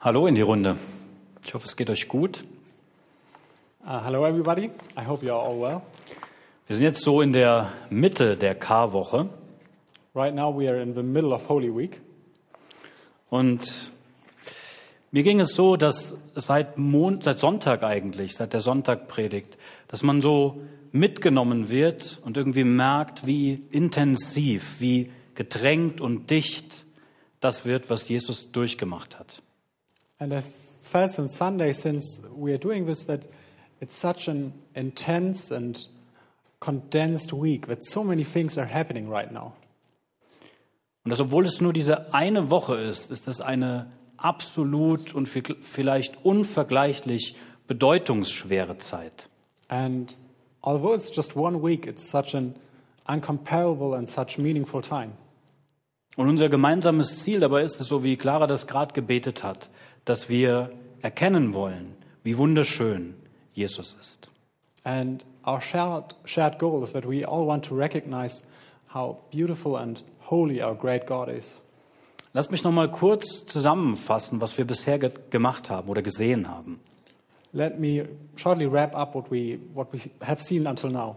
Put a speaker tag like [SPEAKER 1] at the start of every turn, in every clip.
[SPEAKER 1] Hallo in die Runde. Ich hoffe, es geht euch gut.
[SPEAKER 2] Uh, hello, everybody. I hope you are all well.
[SPEAKER 1] Wir sind jetzt so in der Mitte der Karwoche
[SPEAKER 2] Right now, we are in the middle of Holy Week.
[SPEAKER 1] und mir ging es so, dass seit, Mon seit Sonntag eigentlich, seit der Sonntagpredigt, dass man so mitgenommen wird und irgendwie merkt, wie intensiv, wie gedrängt und dicht das wird, was Jesus durchgemacht hat.
[SPEAKER 2] And I felt on Sunday, since we are doing this, that it's such an intense and condensed week, that so many things are happening right now.
[SPEAKER 1] Und das, obwohl es nur diese eine Woche ist, ist das eine absolut und vi- vielleicht unvergleichlich bedeutungsschwere Zeit.
[SPEAKER 2] And although it's just one week, it's such an uncomparable and such meaningful time.
[SPEAKER 1] Und unser gemeinsames Ziel dabei ist es, so wie Clara das gerade gebetet hat, dass wir erkennen wollen, wie wunderschön Jesus ist.
[SPEAKER 2] And our shared, shared goal is that we all want to recognize how beautiful and holy our great God is.
[SPEAKER 1] Lasst mich noch mal kurz zusammenfassen, was wir bisher ge gemacht haben oder gesehen haben.
[SPEAKER 2] Let me shortly wrap up what we, what we have seen until now.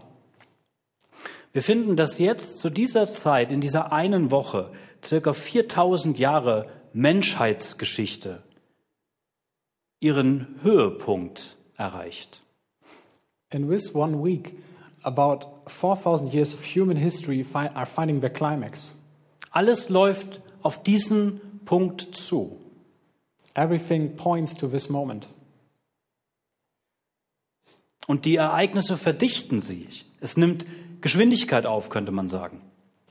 [SPEAKER 1] Wir finden, dass jetzt zu dieser Zeit, in dieser einen Woche, circa 4000 Jahre Menschheitsgeschichte ihren Höhepunkt erreicht.
[SPEAKER 2] In this one week, about 4,000 years of human history fi are finding their climax.
[SPEAKER 1] Alles läuft auf diesen Punkt zu.
[SPEAKER 2] Everything points to this moment.
[SPEAKER 1] Und die Ereignisse verdichten sich. Es nimmt Geschwindigkeit auf, könnte man sagen.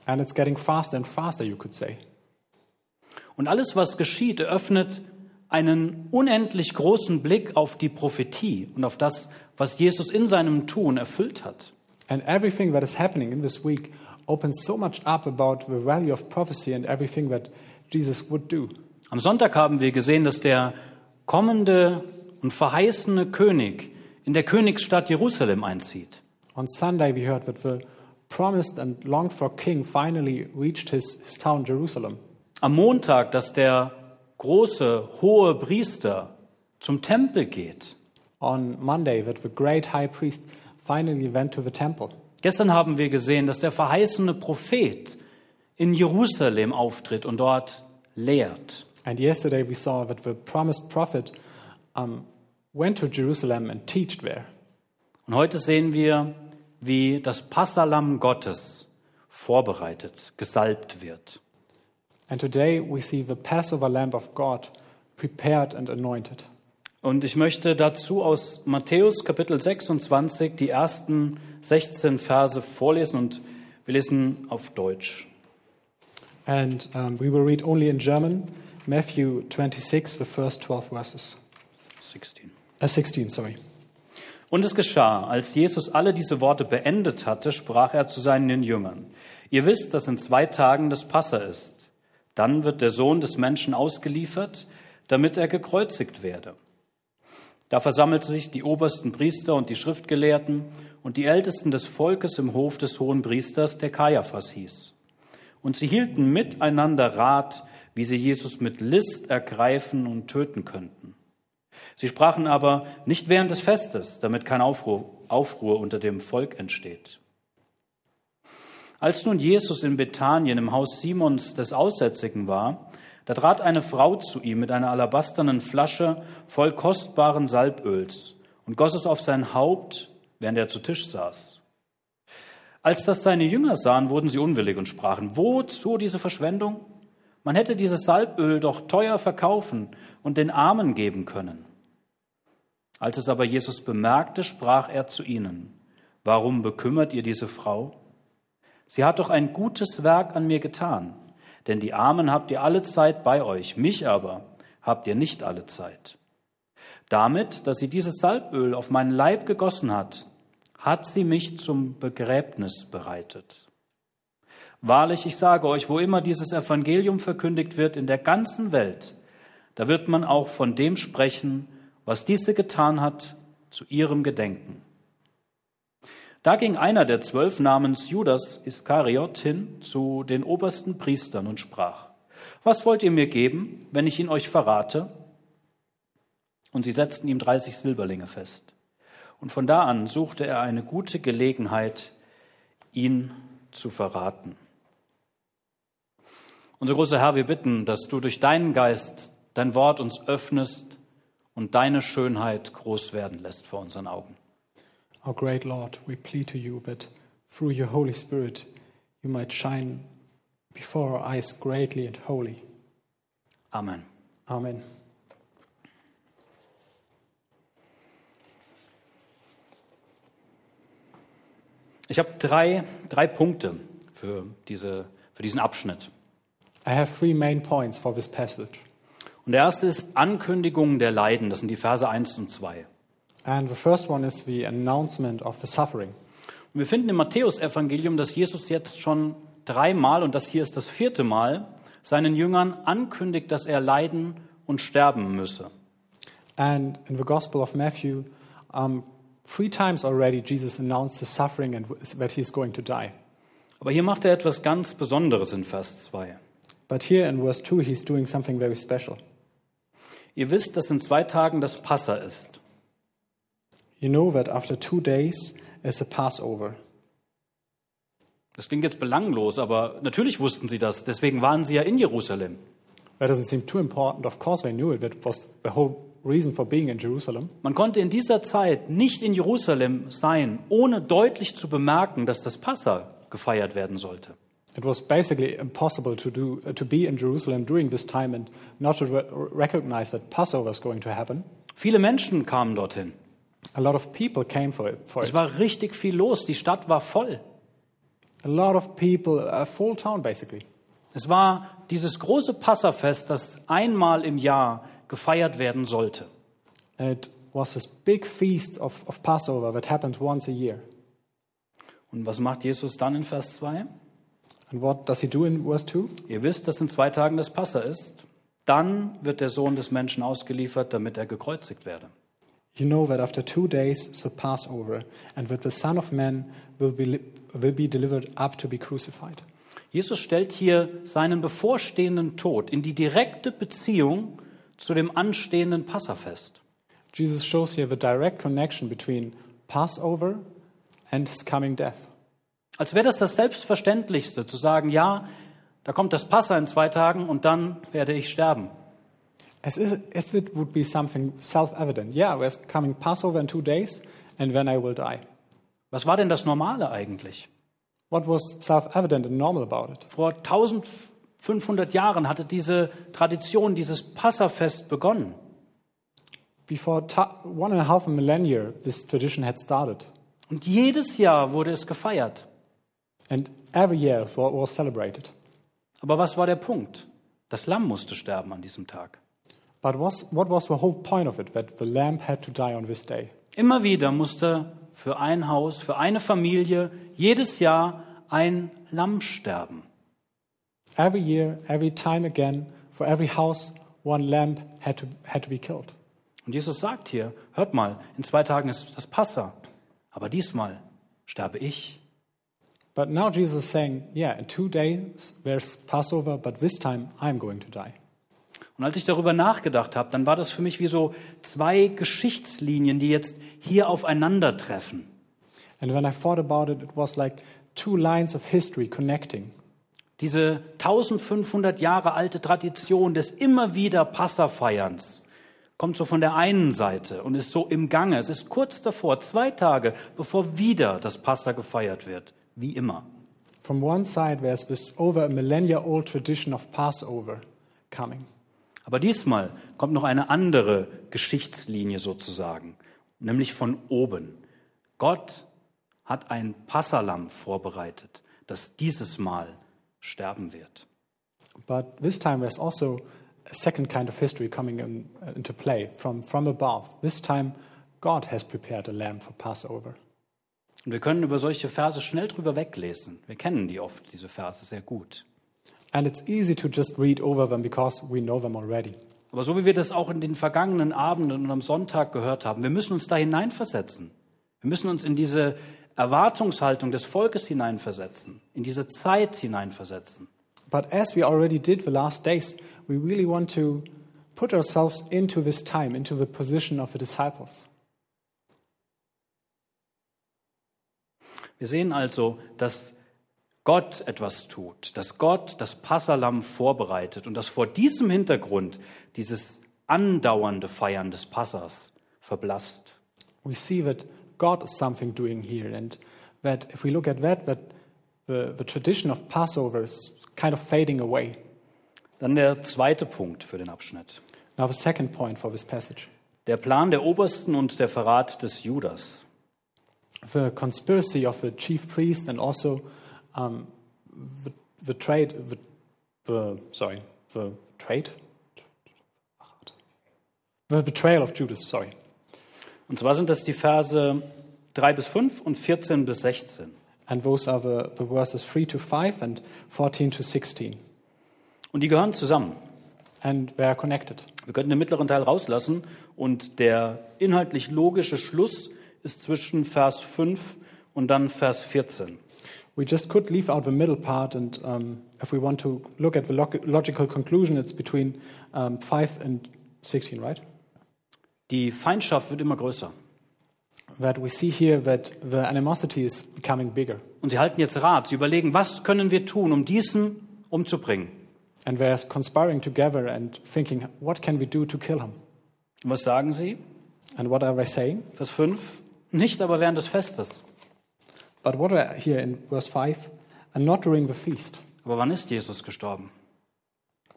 [SPEAKER 2] And it's getting faster and faster, you could say.
[SPEAKER 1] Und alles, was geschieht, eröffnet einen unendlich großen Blick auf die Prophetie und auf das, was Jesus in seinem Tun erfüllt hat.
[SPEAKER 2] And everything that is happening in this week opens so much up about the value of prophecy and everything that Jesus would do.
[SPEAKER 1] Am Sonntag haben wir gesehen, dass der kommende und verheißene König in der Königsstadt Jerusalem einzieht.
[SPEAKER 2] On Sunday, we heard that the promised and longed for king finally reached his, his town, Jerusalem.
[SPEAKER 1] Am Montag, dass der große, hohe Priester zum Tempel geht.
[SPEAKER 2] On Monday, that the great high priest finally went to the temple.
[SPEAKER 1] Gestern haben wir gesehen, dass der verheißene Prophet in Jerusalem auftritt und dort lehrt.
[SPEAKER 2] And yesterday, we saw that the promised prophet um, went to Jerusalem and teached there.
[SPEAKER 1] Und heute sehen wir, wie das Passalam Gottes vorbereitet, gesalbt wird.
[SPEAKER 2] And today, we see the Passover lamb of God prepared and anointed.
[SPEAKER 1] Und ich möchte dazu aus Matthäus Kapitel 26 die ersten 16 Verse vorlesen und wir lesen auf Deutsch.
[SPEAKER 2] And um, we will read only in German Matthew 26, the first 12 verses.
[SPEAKER 1] 16.
[SPEAKER 2] Uh, 16, sorry.
[SPEAKER 1] Und es geschah, als Jesus alle diese Worte beendet hatte, sprach er zu seinen Jüngern, ihr wisst, dass in zwei Tagen das Passa ist. Dann wird der Sohn des Menschen ausgeliefert, damit er gekreuzigt werde. Da versammelten sich die obersten Priester und die Schriftgelehrten und die Ältesten des Volkes im Hof des hohen Priesters, der Kaiaphas hieß. Und sie hielten miteinander Rat, wie sie Jesus mit List ergreifen und töten könnten. Sie sprachen aber nicht während des Festes, damit kein Aufruhr, Aufruhr unter dem Volk entsteht. Als nun Jesus in Bethanien im Haus Simons des Aussätzigen war, da trat eine Frau zu ihm mit einer alabasternen Flasche voll kostbaren Salböls und goss es auf sein Haupt, während er zu Tisch saß. Als das seine Jünger sahen, wurden sie unwillig und sprachen, wozu diese Verschwendung? Man hätte dieses Salböl doch teuer verkaufen und den Armen geben können. Als es aber Jesus bemerkte, sprach er zu ihnen, Warum bekümmert ihr diese Frau? Sie hat doch ein gutes Werk an mir getan, denn die Armen habt ihr alle Zeit bei euch, mich aber habt ihr nicht alle Zeit. Damit, dass sie dieses Salböl auf meinen Leib gegossen hat, hat sie mich zum Begräbnis bereitet. Wahrlich, ich sage euch, wo immer dieses Evangelium verkündigt wird in der ganzen Welt, da wird man auch von dem sprechen, was diese getan hat, zu ihrem Gedenken. Da ging einer der zwölf namens Judas Iskariot hin zu den obersten Priestern und sprach, Was wollt ihr mir geben, wenn ich ihn euch verrate? und sie setzten ihm 30 Silberlinge fest. Und von da an suchte er eine gute Gelegenheit, ihn zu verraten. Unser großer Herr, wir bitten, dass du durch deinen Geist dein Wort uns öffnest und deine Schönheit groß werden lässt vor unseren Augen.
[SPEAKER 2] Our great Lord, we plead to you that through your Holy Spirit you might shine before our eyes greatly and wholly.
[SPEAKER 1] Amen.
[SPEAKER 2] Amen.
[SPEAKER 1] Ich habe drei, drei Punkte für, diese, für diesen Abschnitt.
[SPEAKER 2] I have three main points for this passage.
[SPEAKER 1] Und der erste ist Ankündigung der Leiden. Das sind die Verse 1 und 2.
[SPEAKER 2] And the first one is the announcement of the suffering.
[SPEAKER 1] Und wir finden im Matthäusevangelium, dass Jesus jetzt schon dreimal, und das hier ist das vierte Mal, seinen Jüngern ankündigt, dass er leiden und sterben müsse.
[SPEAKER 2] And in the Gospel of Matthew, um, three times already Jesus announced his suffering and that he is going to die.
[SPEAKER 1] Aber hier macht er etwas ganz Besonderes in Vers 2.
[SPEAKER 2] But here in verse 2, he's doing something very special.
[SPEAKER 1] Ihr wisst, dass in zwei Tagen das Passa ist.
[SPEAKER 2] You know that after two days is the Passover.
[SPEAKER 1] Das klingt jetzt belanglos, aber natürlich wussten sie das. Deswegen waren sie ja in Jerusalem.
[SPEAKER 2] That doesn't seem too important. Of course, they knew it. That was the whole reason for being in Jerusalem.
[SPEAKER 1] Man konnte in dieser Zeit nicht in Jerusalem sein, ohne deutlich zu bemerken, dass das Passa gefeiert werden sollte.
[SPEAKER 2] It was basically impossible to, do, to be in Jerusalem during this time and not to re- recognize that Passover is going to happen.
[SPEAKER 1] Viele Menschen kamen dorthin.
[SPEAKER 2] A lot of people came for it. For
[SPEAKER 1] Es
[SPEAKER 2] it.
[SPEAKER 1] war richtig viel los. Die Stadt war voll.
[SPEAKER 2] A lot of people, a full town basically.
[SPEAKER 1] Es war dieses große Passafest, das einmal im Jahr gefeiert werden sollte.
[SPEAKER 2] And it was this big feast of, of Passover that happened once a year.
[SPEAKER 1] Und was macht Jesus dann in Vers 2?
[SPEAKER 2] And what does he do in verse 2?
[SPEAKER 1] Ihr wisst, dass in zwei Tagen das Passa ist. Dann wird der Sohn des Menschen ausgeliefert, damit er gekreuzigt werde.
[SPEAKER 2] You know that after two days is the Passover, and that the Son of Man will be, li- will be delivered up to be crucified.
[SPEAKER 1] Jesus stellt hier seinen bevorstehenden Tod in die direkte Beziehung zu dem anstehenden Passa fest.
[SPEAKER 2] Jesus shows here the direct connection between Passover and his coming death.
[SPEAKER 1] Als wäre das das Selbstverständlichste, zu sagen, ja, da kommt das Passa in zwei Tagen und dann werde ich sterben.
[SPEAKER 2] As is- if it would be something self evident. Yeah, there's coming Passover in two days, and then I will die.
[SPEAKER 1] Was war denn das Normale eigentlich?
[SPEAKER 2] What was self evident and normal about it?
[SPEAKER 1] Vor 1500 Jahren hatte diese Tradition, dieses Passafest begonnen.
[SPEAKER 2] Before ta- one and a half millennia, this tradition had started,
[SPEAKER 1] Und jedes Jahr wurde es gefeiert.
[SPEAKER 2] and every year it wa- was celebrated.
[SPEAKER 1] Aber was war der Punkt? Das Lamm musste sterben an diesem Tag.
[SPEAKER 2] But was, what was the whole point of it that the lamb had to die on this day?
[SPEAKER 1] Immer wieder musste für ein Haus, für eine Familie jedes Jahr ein Lamm sterben.
[SPEAKER 2] Every year, every time again, for every house, one lamb had to, had to be killed.
[SPEAKER 1] Und Jesus sagt hier, hört mal, in zwei Tagen ist das Passa, aber diesmal sterbe ich.
[SPEAKER 2] But now Jesus is saying, yeah, in two days there's Passover, but this time I'm going to die.
[SPEAKER 1] Und als ich darüber nachgedacht habe, dann war das für mich wie so zwei Geschichtslinien, die jetzt hier aufeinandertreffen.
[SPEAKER 2] And when I thought about it, it was like two lines of history connecting.
[SPEAKER 1] Diese 1500 Jahre alte Tradition des immer wieder Passafeierns kommt so von der einen Seite und ist so im Gange. Es ist kurz davor, zwei Tage, bevor wieder das Passa gefeiert wird, wie immer.
[SPEAKER 2] From one side, there's this over a millennia old tradition of Passover coming.
[SPEAKER 1] Aber diesmal kommt noch eine andere Geschichtslinie sozusagen, nämlich von oben. Gott hat ein Passalam vorbereitet, das dieses Mal sterben wird.
[SPEAKER 2] But this time, there's also a second kind of history coming in, uh, into play from, from above. This time, God has prepared a lamb for Passover.
[SPEAKER 1] Und wir können über solche Verse schnell drüber weglesen. Wir kennen die oft, diese Verse, sehr gut.
[SPEAKER 2] And it's easy to just read over them because we know them already.
[SPEAKER 1] Aber so wie wir das auch in den vergangenen Abenden und am Sonntag gehört haben, wir müssen uns da hineinversetzen. Wir müssen uns in diese Erwartungshaltung des Volkes hineinversetzen, in diese Zeit hineinversetzen.
[SPEAKER 2] But as we already did the last days, we really want to put ourselves into this time, into the position of the disciples.
[SPEAKER 1] Wir sehen also, dass Gott etwas tut, dass Gott das Passalam vorbereitet und dass vor diesem Hintergrund dieses andauernde Feiern des Passas verblasst.
[SPEAKER 2] We see that God is something doing here, and that if we look at that, that the, the tradition of Passover is kind of fading away.
[SPEAKER 1] Dann der zweite Punkt für den Abschnitt.
[SPEAKER 2] Now, the second point for this passage
[SPEAKER 1] Der Plan der Obersten und der Verrat des Judas.
[SPEAKER 2] the conspiracy of the chief priest and also um, the, the trade, the, the, sorry, the trade? The betrayal of Judas, sorry.
[SPEAKER 1] Und zwar sind das die Verse 3 bis 5 und 14 bis 16.
[SPEAKER 2] And those are the, the verses 3 to 5 and 14 to 16.
[SPEAKER 1] Und die gehören zusammen.
[SPEAKER 2] And they are connected.
[SPEAKER 1] Wir könnten den mittleren Teil rauslassen und der inhaltlich logische Schluss ist zwischen Vers 5 und dann Vers 14.
[SPEAKER 2] We just could leave out the middle part, and um, if we want to look at the log- logical conclusion, it's between um, 5 and 16, right?
[SPEAKER 1] Die Feindschaft wird immer größer.
[SPEAKER 2] That we see here that the animosity is becoming bigger.
[SPEAKER 1] Und sie halten jetzt Rat. Sie überlegen, was können wir tun, um diesen umzubringen?
[SPEAKER 2] And they're conspiring together and thinking, what can we do to kill him?
[SPEAKER 1] Und was sagen sie?
[SPEAKER 2] And what are they saying?
[SPEAKER 1] Vers 5. Nicht aber während des Festes.
[SPEAKER 2] But what are here in verse 5? And not during the feast.
[SPEAKER 1] Aber wann ist Jesus gestorben?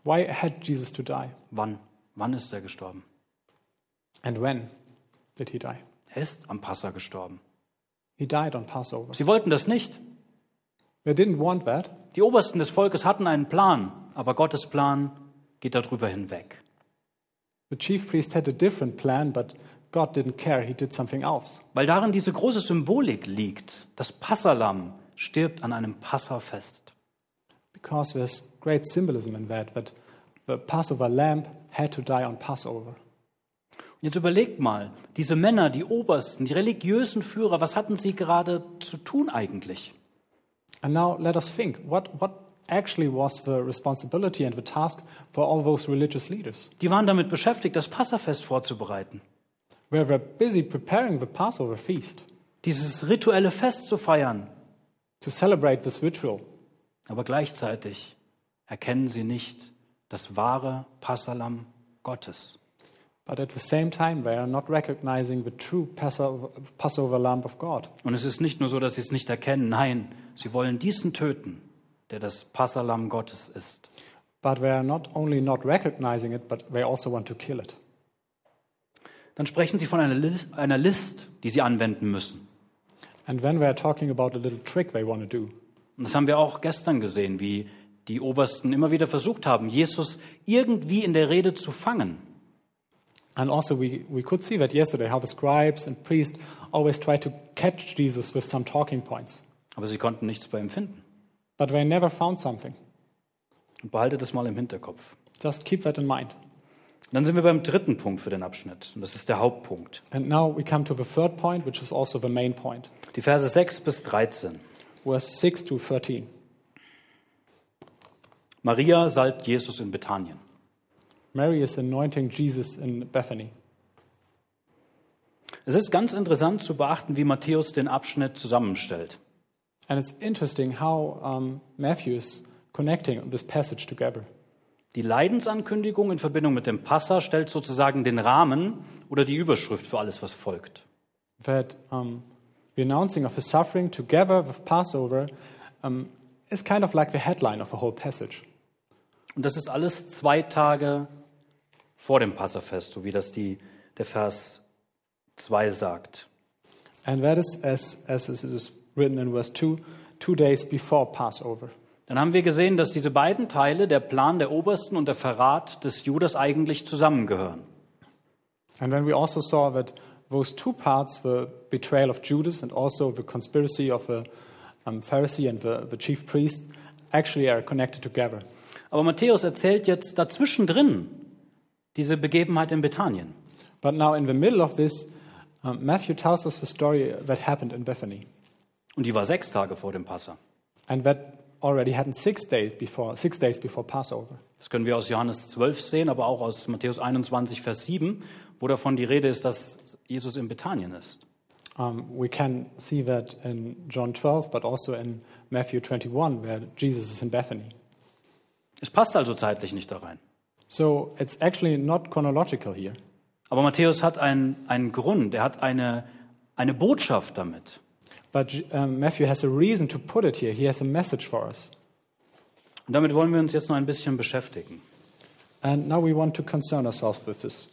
[SPEAKER 2] Why had Jesus to die?
[SPEAKER 1] Wann? Wann ist er gestorben?
[SPEAKER 2] And when did he die?
[SPEAKER 1] Er ist am Passa gestorben.
[SPEAKER 2] He died on Passover.
[SPEAKER 1] Sie wollten das nicht.
[SPEAKER 2] They didn't want that.
[SPEAKER 1] Die Obersten des Volkes hatten einen Plan, aber Gottes Plan geht darüber hinweg.
[SPEAKER 2] The chief priest had a different plan, but God didn't care. He did something else.
[SPEAKER 1] Weil darin diese große Symbolik liegt. Das Passalam stirbt an einem Passafest.
[SPEAKER 2] Because there's great symbolism in that, that the Passover lamb had to die on Passover.
[SPEAKER 1] Und jetzt überlegt mal, diese Männer, die Obersten, die religiösen Führer, was hatten sie gerade zu tun eigentlich?
[SPEAKER 2] And now let us think what, what actually was the responsibility and the task for all those religious leaders?
[SPEAKER 1] Die waren damit beschäftigt, das Passafest vorzubereiten,
[SPEAKER 2] They were busy preparing the Passover feast
[SPEAKER 1] dieses rituelle Fest zu feiern.
[SPEAKER 2] to celebrate this ritual,
[SPEAKER 1] Aber gleichzeitig erkennen sie nicht das wahre Passalam Gottes.
[SPEAKER 2] but at the same time, they are not recognizing the true Passover, Passover lamb of God.
[SPEAKER 1] Und es ist nicht nur so, dass sie es nicht erkennen, nein, sie wollen diesen töten, der das Passalam Gottes ist.
[SPEAKER 2] But they are not only not recognizing it, but they also want to kill it.
[SPEAKER 1] Dann sprechen sie von einer List, einer List die sie anwenden müssen.
[SPEAKER 2] And then they are talking about a little trick they want to do.
[SPEAKER 1] Und das haben wir auch gestern gesehen, wie die Obersten immer wieder versucht haben, Jesus irgendwie in der Rede zu fangen.
[SPEAKER 2] And also, we, we could see that yesterday how the scribes and priests always try to catch Jesus with some talking points,
[SPEAKER 1] Aber sie konnten nichts bei ihm finden.
[SPEAKER 2] but they never found something.
[SPEAKER 1] Und behalte das mal im Hinterkopf.
[SPEAKER 2] Just keep that in mind.
[SPEAKER 1] Dann sind wir beim dritten Punkt für den Abschnitt. Und das ist der Hauptpunkt.
[SPEAKER 2] And now we come to the third point, which is also the main point,
[SPEAKER 1] Die Verse 6 bis 13.
[SPEAKER 2] verse 6 to 13.
[SPEAKER 1] Maria salbt Jesus in Bethanien.
[SPEAKER 2] Mary is anointing Jesus in Bethany.
[SPEAKER 1] Es ist ganz interessant zu beachten, wie Matthäus den Abschnitt zusammenstellt.
[SPEAKER 2] And it's interesting how um, Matthew is connecting this passage together.
[SPEAKER 1] Die Leidensankündigung in Verbindung mit dem Passa stellt sozusagen den Rahmen oder die Überschrift für alles, was folgt.
[SPEAKER 2] That um, the announcing of his suffering together with Passover um, is kind of like the headline of the whole passage.
[SPEAKER 1] Und das ist alles zwei Tage vor dem Passafest, so wie das die, der Vers 2 sagt.
[SPEAKER 2] And that is as, as it is written in verse 2, two days before Passover.
[SPEAKER 1] Dann haben wir gesehen, dass diese beiden Teile, der Plan der Obersten und der Verrat des Judas, eigentlich zusammengehören.
[SPEAKER 2] And then we also saw that those two parts, the betrayal of Judas and also the conspiracy of the um, Pharisee and the, the chief priest, actually are connected together.
[SPEAKER 1] Aber Matthäus erzählt jetzt dazwischendrin diese Begebenheit in Bethanien.
[SPEAKER 2] But now, in the middle of this, um, Matthew tells us the story that happened in Bethany.
[SPEAKER 1] Und die war sechs Tage vor dem Passa.
[SPEAKER 2] And that already hadn't six days before, six days before Passover.
[SPEAKER 1] Das können wir aus Johannes 12 sehen, aber auch aus Matthäus 21, Vers 7, wo davon die Rede ist, dass Jesus in Bethanien ist.
[SPEAKER 2] Um, we can see that in John 12, but also in Matthew 21, where Jesus is in Bethany.
[SPEAKER 1] Es passt also zeitlich nicht da rein.
[SPEAKER 2] So it's actually not chronological here.
[SPEAKER 1] Aber Matthäus hat einen, einen Grund, er hat eine, eine Botschaft damit.
[SPEAKER 2] But um, Matthew has a reason to put it here. He has a message for us.
[SPEAKER 1] Und damit wollen wir uns jetzt noch ein bisschen beschäftigen.
[SPEAKER 2] And now we want to concern ourselves with this.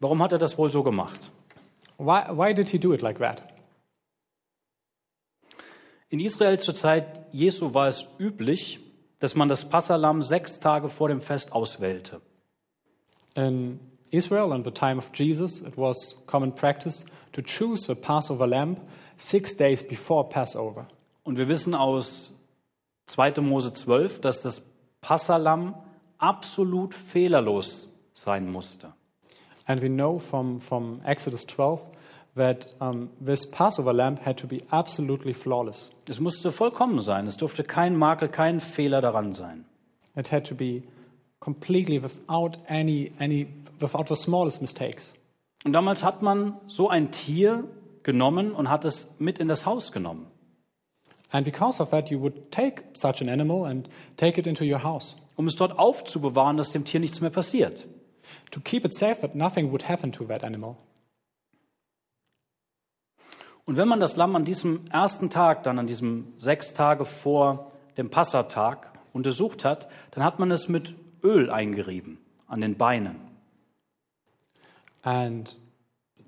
[SPEAKER 1] Warum hat er das wohl so gemacht?
[SPEAKER 2] Why, why did he do it like that?
[SPEAKER 1] In Israel zur Zeit Jesu war es üblich, dass man das Passalam sechs Tage vor dem Fest auswählte.
[SPEAKER 2] In Israel, in the time of Jesus, it was common practice to choose the Passover lamb six days before Passover.
[SPEAKER 1] Und wir wissen aus 2. Mose 12, dass das Passalam absolut fehlerlos sein musste.
[SPEAKER 2] And we know from, from Exodus 12 that um, this Passover lamb had to be absolutely flawless.
[SPEAKER 1] Es musste vollkommen sein, es durfte kein Makel, kein Fehler daran sein.
[SPEAKER 2] It had to be completely without any, any without the smallest mistakes.
[SPEAKER 1] Und damals hat man so ein Tier genommen und hat es mit in das Haus genommen.
[SPEAKER 2] And because of that, you would take such an animal and take it into your house
[SPEAKER 1] um es dort aufzubewahren, dass dem Tier nichts mehr passiert.
[SPEAKER 2] to keep it safe that nothing would happen to that animal.
[SPEAKER 1] Und wenn man das Lamm an diesem ersten Tag, dann an diesem sechs Tage vor dem Passatag untersucht hat, dann hat man es mit Öl eingerieben an den Beinen.
[SPEAKER 2] And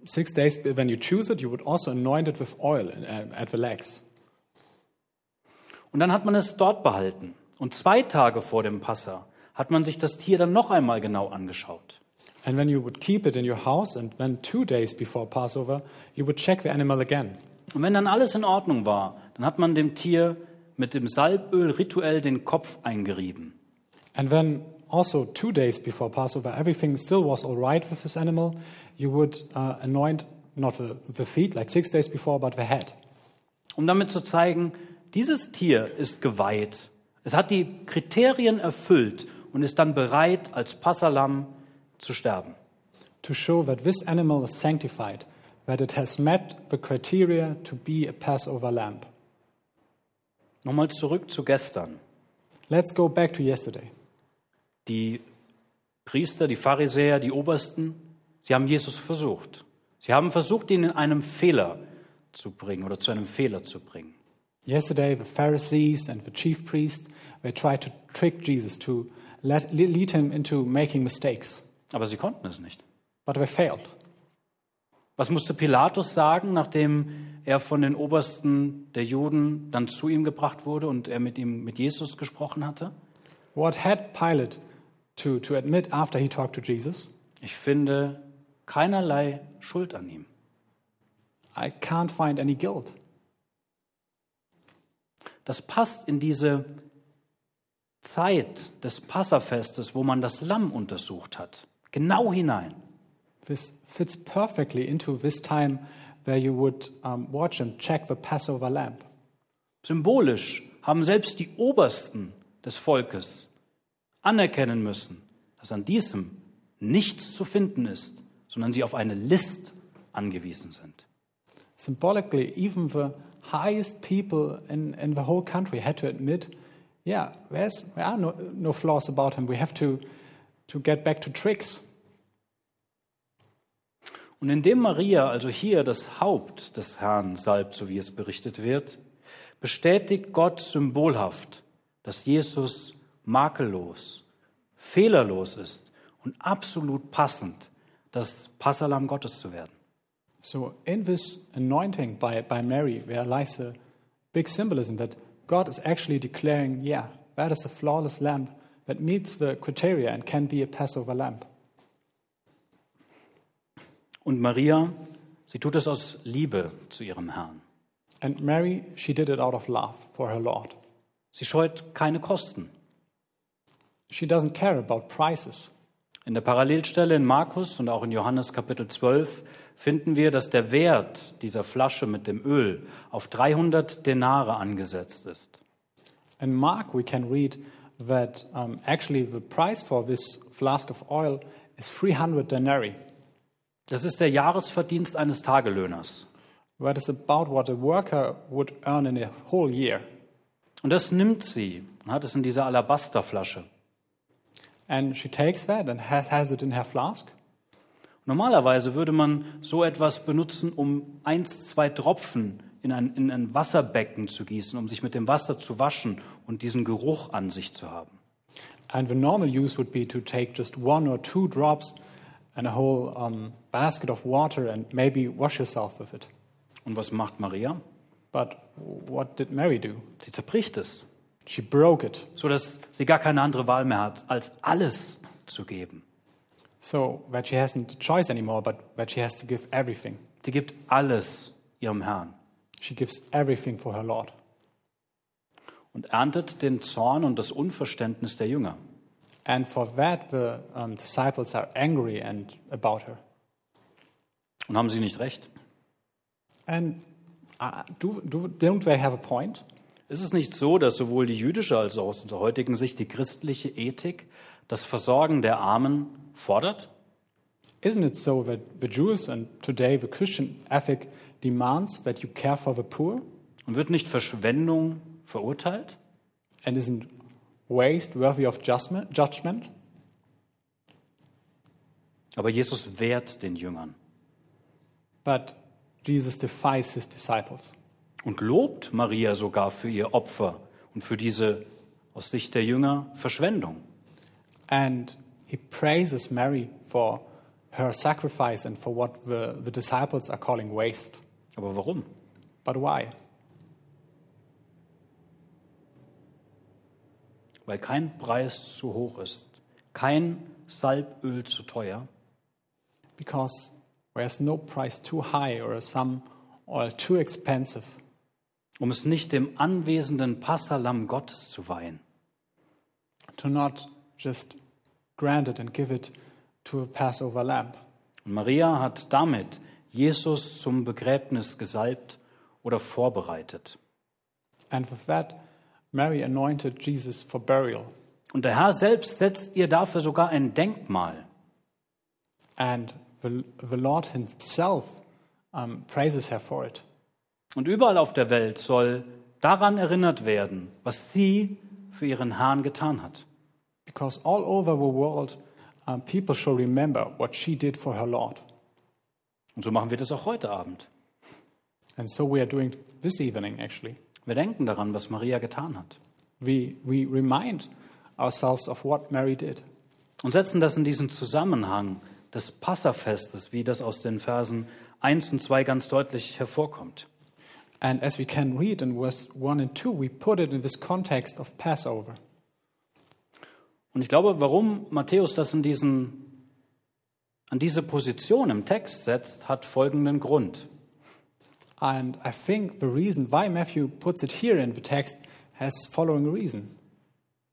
[SPEAKER 2] six days when you choose it, you would also anoint it with oil uh, at the legs.
[SPEAKER 1] Und dann hat man es dort behalten. Und zwei Tage vor dem Passa hat man sich das Tier dann noch einmal genau angeschaut.
[SPEAKER 2] And when you would keep it in your house, and then two days before Passover, you would check the animal again.
[SPEAKER 1] Und wenn dann alles in Ordnung war, dann hat man dem Tier mit dem Salböl rituell den Kopf eingerieben.
[SPEAKER 2] And then also two days before Passover, everything still was all right with this animal. You would uh, anoint not the, the feet like six days before, but the head.
[SPEAKER 1] um damit zu zeigen, dieses Tier ist geweiht. Es hat die Kriterien erfüllt und ist dann bereit, als Passalam zu sterben.
[SPEAKER 2] to show that this animal is sanctified, that it has met the criteria to be a Passover lamb.
[SPEAKER 1] Nochmal zurück zu gestern.
[SPEAKER 2] Let's go back to yesterday.
[SPEAKER 1] Die Priester, die Pharisäer, die Obersten, sie haben Jesus versucht. Sie haben versucht, ihn in einem Fehler zu bringen oder zu einem Fehler zu bringen.
[SPEAKER 2] Yesterday, the Pharisees and the chief priest, they tried to trick Jesus to let, le- lead him into making mistakes,
[SPEAKER 1] Aber sie konnten es nicht.
[SPEAKER 2] but they failed.
[SPEAKER 1] Was musste Pilatus sagen, nachdem er von den Obersten der Juden dann zu ihm gebracht wurde und er mit ihm, mit Jesus gesprochen hatte?
[SPEAKER 2] What had Pilate to, to admit after he talked to Jesus?
[SPEAKER 1] Ich finde keinerlei Schuld an ihm.
[SPEAKER 2] I can't find any guilt.
[SPEAKER 1] Das passt in diese Zeit des Passafestes, wo man das Lamm untersucht hat, genau hinein.
[SPEAKER 2] This fits perfectly into this time where you would um, watch and check the Passover lamb.
[SPEAKER 1] Symbolisch haben selbst die Obersten des Volkes anerkennen müssen, dass an diesem nichts zu finden ist, sondern sie auf eine List angewiesen sind.
[SPEAKER 2] symbolically, even the highest people in, in the whole country had to admit, yeah, there's, there are no, no flaws about him. We have to, to get back to tricks.
[SPEAKER 1] Und indem Maria, also hier das Haupt des Herrn salbt, so wie es berichtet wird, bestätigt Gott symbolhaft, dass Jesus makellos, fehlerlos ist und absolut passend, das Passalam Gottes zu werden.
[SPEAKER 2] So, in this anointing by, by Mary, there lies a big symbolism that God is actually declaring, yeah, that is a flawless lamb that meets the criteria and can be a Passover lamb.
[SPEAKER 1] Und Maria, sie tut es aus Liebe zu ihrem Herrn.
[SPEAKER 2] And Mary, she did it out of love for her Lord.
[SPEAKER 1] Sie scheut keine Kosten.
[SPEAKER 2] She doesn't care about prices.
[SPEAKER 1] In der Parallelstelle in Markus und auch in Johannes Kapitel 12 finden wir, dass der Wert dieser Flasche mit dem Öl auf 300 Denare angesetzt ist.
[SPEAKER 2] In Mark, we can read that um, actually the price for this flask of oil is 300 denarii.
[SPEAKER 1] Das ist der Jahresverdienst eines Tagelöhners.
[SPEAKER 2] That is about what a worker would earn in a whole year.
[SPEAKER 1] Und das nimmt sie und hat es in dieser Alabasterflasche.
[SPEAKER 2] And she takes that and ha- has it in her flask.
[SPEAKER 1] Normalerweise würde man so etwas benutzen, um eins, zwei Tropfen in ein, in ein Wasserbecken zu gießen, um sich mit dem Wasser zu waschen und diesen Geruch an sich zu haben.
[SPEAKER 2] And the normal use would be to take just one or two drops and a whole um, basket of water and maybe wash yourself with it.
[SPEAKER 1] Und was macht Maria?
[SPEAKER 2] But what did Mary do?
[SPEAKER 1] Sie zerbricht es,
[SPEAKER 2] She broke it.
[SPEAKER 1] sodass sie gar keine andere Wahl mehr hat, als alles zu geben.
[SPEAKER 2] So that she hasn't a choice anymore, but that she has to give everything.
[SPEAKER 1] Sie gibt alles ihrem Herrn
[SPEAKER 2] She gives everything for her Lord
[SPEAKER 1] und erntet den Zorn und das Unverständnis der Jünger.
[SPEAKER 2] and for that the um, disciples are angry and about her.
[SPEAKER 1] Und haben sie nicht recht?
[SPEAKER 2] And uh, do, do, don't they have a point?
[SPEAKER 1] Ist es nicht so, dass sowohl die jüdische als auch aus unserer heutigen Sicht die christliche Ethik das Versorgen der Armen fordert?
[SPEAKER 2] Isn't it so that the Jews and today the Christian ethic demands that you care for the poor?
[SPEAKER 1] Und wird nicht Verschwendung verurteilt?
[SPEAKER 2] And isn't waste worthy of justme- judgment?
[SPEAKER 1] Aber Jesus wehrt den Jüngern
[SPEAKER 2] But Jesus defies his disciples.
[SPEAKER 1] und lobt Maria sogar für ihr Opfer und für diese aus Sicht der Jünger Verschwendung.
[SPEAKER 2] And he praises Mary for her sacrifice and for what the, the disciples are calling waste.
[SPEAKER 1] Aber warum?
[SPEAKER 2] But why?
[SPEAKER 1] Weil kein Preis zu hoch ist, kein Salböl zu teuer
[SPEAKER 2] Because there's no price too high or some oil too expensive
[SPEAKER 1] um es nicht dem anwesenden Passalam Gottes zu weihen.
[SPEAKER 2] to not just grant it and give it to a Passover lamb.
[SPEAKER 1] Und Maria hat damit Jesus zum Begräbnis gesalbt oder vorbereitet.
[SPEAKER 2] And with that, Mary anointed Jesus for burial.
[SPEAKER 1] Und der Herr selbst setzt ihr dafür sogar ein Denkmal.
[SPEAKER 2] And the, the Lord Himself um, praises her for it.
[SPEAKER 1] Und überall auf der Welt soll daran erinnert werden, was sie für ihren Herrn getan hat.
[SPEAKER 2] Because all over the world, um, people shall remember what she did for her Lord.
[SPEAKER 1] Und so machen wir das auch heute Abend.
[SPEAKER 2] And so we are doing this evening, actually.
[SPEAKER 1] Wir denken daran, was Maria getan hat.
[SPEAKER 2] We, we remind ourselves of what Mary did.
[SPEAKER 1] Und setzen das in diesen Zusammenhang des Passafestes, wie das aus den Versen 1 und 2 ganz deutlich hervorkommt.
[SPEAKER 2] And as we can read in verse 1 and 2, we put it in this context of Passover.
[SPEAKER 1] Und ich glaube, warum Matthäus das in diesen, an diese Position im Text setzt, hat folgenden Grund.
[SPEAKER 2] And I think the reason why Matthew puts it here in the text has following reason.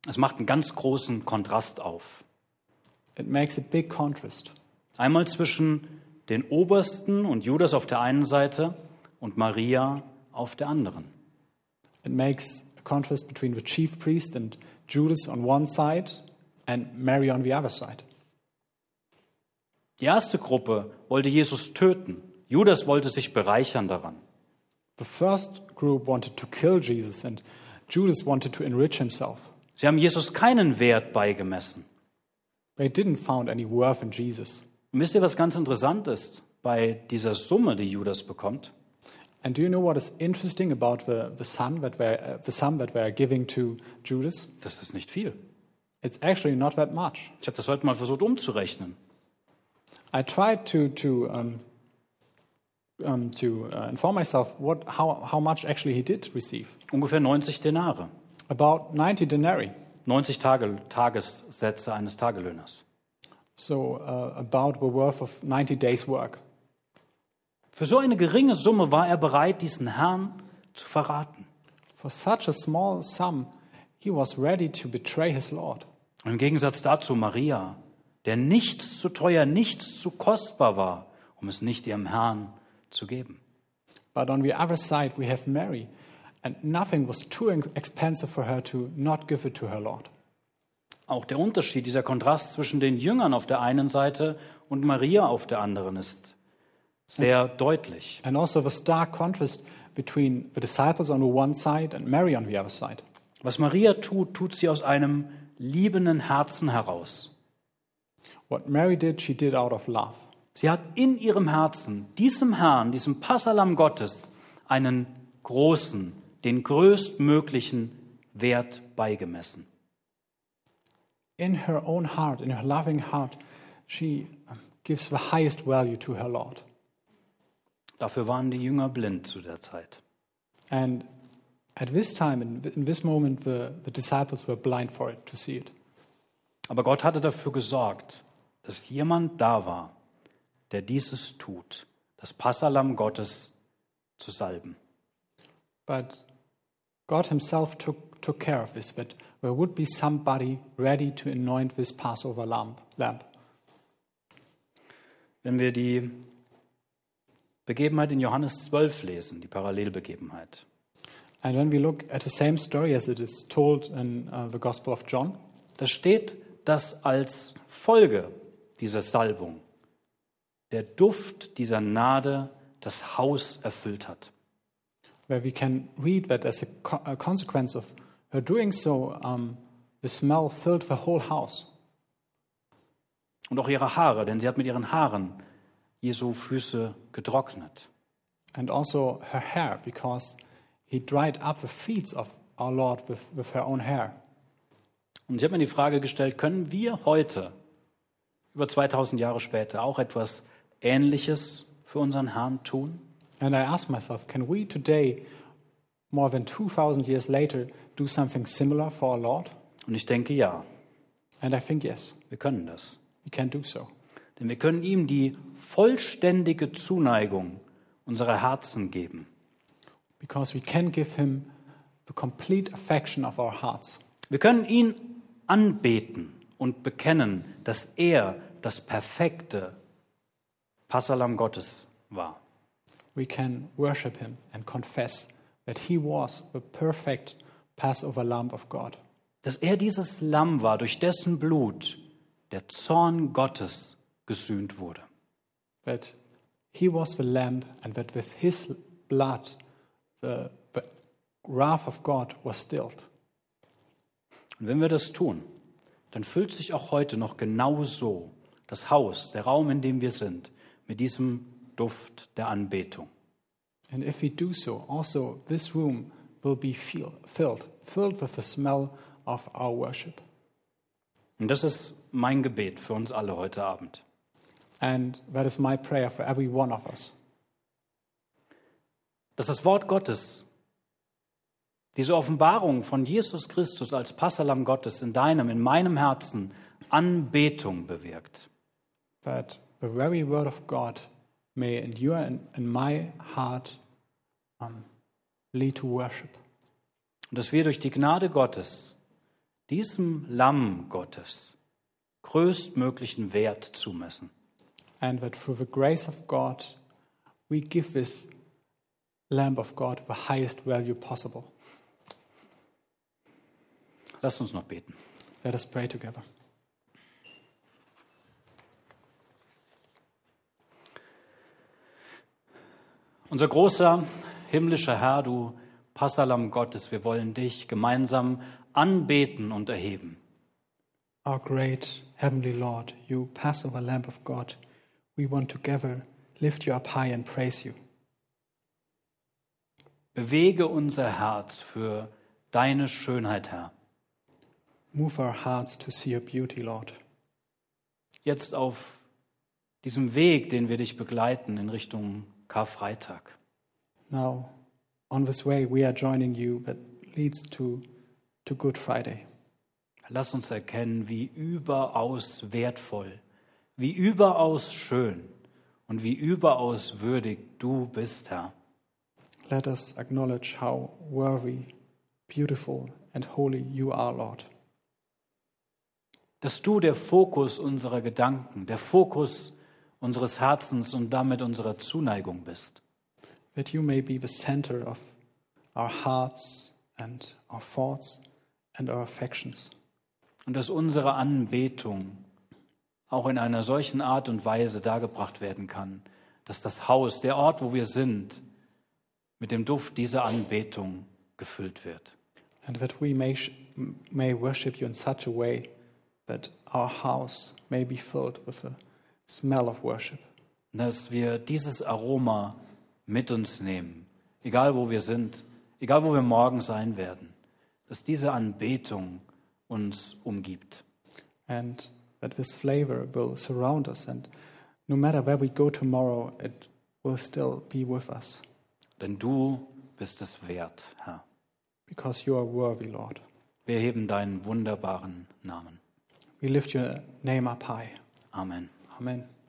[SPEAKER 1] Es macht einen ganz großen Kontrast auf.
[SPEAKER 2] It makes a big contrast.
[SPEAKER 1] Einmal zwischen den Obersten und Judas auf der einen Seite und Maria auf der anderen.
[SPEAKER 2] It makes a contrast between the chief priest and Judas on one side and Mary on the other side.
[SPEAKER 1] Die erste Gruppe wollte Jesus töten. Judas wollte sich bereichern daran.
[SPEAKER 2] The first group wanted to kill Jesus, and Judas wanted to enrich himself.
[SPEAKER 1] Sie haben Jesus keinen Wert beigemessen.
[SPEAKER 2] They didn't found any worth in Jesus.
[SPEAKER 1] Und wisst ihr, was ganz interessant ist bei dieser Summe, die Judas bekommt?
[SPEAKER 2] And do you know what is interesting about the, the, sum, that we're, uh, the sum that we're giving to Judas?
[SPEAKER 1] Das ist nicht viel.
[SPEAKER 2] It's actually not that much.
[SPEAKER 1] Ich habe das heute mal versucht umzurechnen.
[SPEAKER 2] I tried to, to, um, um, to uh, inform myself what, how, how much actually he did receive
[SPEAKER 1] Ungefähr 90 Denare.
[SPEAKER 2] about 90 denarii.
[SPEAKER 1] 90 Tage, Tagessätze eines Tagelöhners.
[SPEAKER 2] So uh, about the worth of 90 days' work.
[SPEAKER 1] Für so eine geringe Summe war er bereit, diesen Herrn zu verraten.
[SPEAKER 2] For such a small sum, he was ready to betray his Lord.
[SPEAKER 1] Und im Gegensatz dazu Maria, der nichts zu teuer, nichts zu kostbar war, um es nicht ihrem Herrn zu geben.
[SPEAKER 2] But on the other side, we have Mary, and nothing was too in- expensive for her to not give it to her Lord.
[SPEAKER 1] Auch der Unterschied, dieser Kontrast zwischen den Jüngern auf der einen Seite und Maria auf der anderen ist sehr deutlich.
[SPEAKER 2] And also the stark contrast between the disciples on the one side and Mary on the other side.
[SPEAKER 1] Was Maria tut, tut sie aus einem liebenden Herzen heraus.
[SPEAKER 2] What Mary did, she did out of love.
[SPEAKER 1] Sie hat in ihrem Herzen diesem Herrn, diesem Passalam Gottes, einen großen, den größtmöglichen Wert beigemessen.
[SPEAKER 2] In her own heart, in her loving heart, she um, gives the highest value to her Lord.
[SPEAKER 1] Dafür waren die Jünger blind zu der Zeit.
[SPEAKER 2] And at this time, in, in this moment, the, the disciples were blind for it, to see it.
[SPEAKER 1] Aber Gott hatte dafür gesorgt, dass jemand da war, der dieses tut, das Passalam Gottes zu salben.
[SPEAKER 2] But God Himself took, took care of this, that there would be somebody ready to anoint this Passover lamb. lamb.
[SPEAKER 1] Wenn wir die Begebenheit in Johannes 12 lesen, die Parallelbegebenheit,
[SPEAKER 2] And when we look at the same story as it is told in uh, the Gospel of John,
[SPEAKER 1] da steht, dass als Folge dieser Salbung der Duft dieser Nade das Haus erfüllt hat.
[SPEAKER 2] where we can read that as a, co- a consequence of her doing so, um, the smell filled the whole house.
[SPEAKER 1] Und auch ihre Haare, denn sie hat mit ihren Haaren Jesu Füße getrocknet.
[SPEAKER 2] And also her hair, because he dried up the feet of our Lord with, with her own hair.
[SPEAKER 1] Und ich habe mir die Frage gestellt, können wir heute, über 2000 Jahre später, auch etwas Ähnliches für unseren Herrn tun?
[SPEAKER 2] And I ask myself, can we today, more than 2,000 years later, do something similar for our Lord?
[SPEAKER 1] Und ich denke, ja,
[SPEAKER 2] And I think yes,
[SPEAKER 1] wir können das.
[SPEAKER 2] we can do so.
[SPEAKER 1] Denn wir können ihm die vollständige Zuneigung unserer Herzen geben.
[SPEAKER 2] Because we can give him the complete affection of our hearts.
[SPEAKER 1] Wir können ihn anbeten und bekennen, dass er das perfekte Passalam Gottes war.
[SPEAKER 2] We can worship him and confess that he was the perfect Passover Lamb of God.
[SPEAKER 1] Dass er dieses Lamm war, durch dessen Blut der Zorn Gottes gesühnt wurde.
[SPEAKER 2] That he was the Lamb, and that with his blood, the, the wrath of God was stilled.
[SPEAKER 1] Und wenn wir das tun, dann füllt sich auch heute noch genau so das Haus, der Raum, in dem wir sind, mit diesem Duft der Anbetung.
[SPEAKER 2] And if we do so, also this room will be fill, filled, filled with the smell of our worship.
[SPEAKER 1] Und das ist mein Gebet für uns alle heute Abend.
[SPEAKER 2] And that is my prayer for every one of us.
[SPEAKER 1] Dass das Wort Gottes, diese Offenbarung von Jesus Christus als Passalam Gottes in deinem, in meinem Herzen Anbetung bewirkt.
[SPEAKER 2] That the very word of God may endure in, in my heart, um, lead to worship.
[SPEAKER 1] Und dass wir durch die Gnade Gottes, diesem Lamm Gottes, größtmöglichen Wert zumessen.
[SPEAKER 2] And that through the grace of God, we give this Lamb of God the highest value possible.
[SPEAKER 1] Lasst uns noch beten.
[SPEAKER 2] Let us pray together.
[SPEAKER 1] Unser großer himmlischer Herr, du Passalam Gottes, wir wollen dich gemeinsam anbeten und erheben.
[SPEAKER 2] Our great heavenly Lord, you Passover Lamb of God, we want together lift you up high and praise you.
[SPEAKER 1] Bewege unser Herz für deine Schönheit, Herr.
[SPEAKER 2] Move our hearts to see your beauty, Lord.
[SPEAKER 1] Jetzt auf diesem Weg, den wir dich begleiten in Richtung Karfreitag.
[SPEAKER 2] Now, on this way, we are joining you that leads to, to Good Friday.
[SPEAKER 1] Lass uns erkennen, wie überaus wertvoll, wie überaus schön und wie überaus würdig du bist, Herr.
[SPEAKER 2] Let us acknowledge how worthy, beautiful, and holy you are, Lord.
[SPEAKER 1] dass du der Fokus unserer Gedanken, der Fokus unseres Herzens und damit unserer Zuneigung bist.
[SPEAKER 2] that you may be the center of our hearts and our thoughts and our affections.
[SPEAKER 1] und dass unsere Anbetung auch in einer solchen Art und Weise dargebracht werden kann, dass das Haus, der Ort, wo wir sind, mit dem Duft dieser Anbetung gefüllt wird.
[SPEAKER 2] And that we may, sh- m- may worship you in such a way that our house may be filled with a smell of worship.
[SPEAKER 1] Und dass wir dieses Aroma mit uns nehmen, egal wo wir sind, egal wo wir morgen sein werden, dass diese Anbetung uns umgibt.
[SPEAKER 2] and that this flavor will surround us and no matter where we go tomorrow it will still be with us
[SPEAKER 1] Denn du bist es wert, Herr.
[SPEAKER 2] because you are worthy lord
[SPEAKER 1] Wir heben deinen wunderbaren Namen.
[SPEAKER 2] we lift your name up high
[SPEAKER 1] Amen.
[SPEAKER 2] amen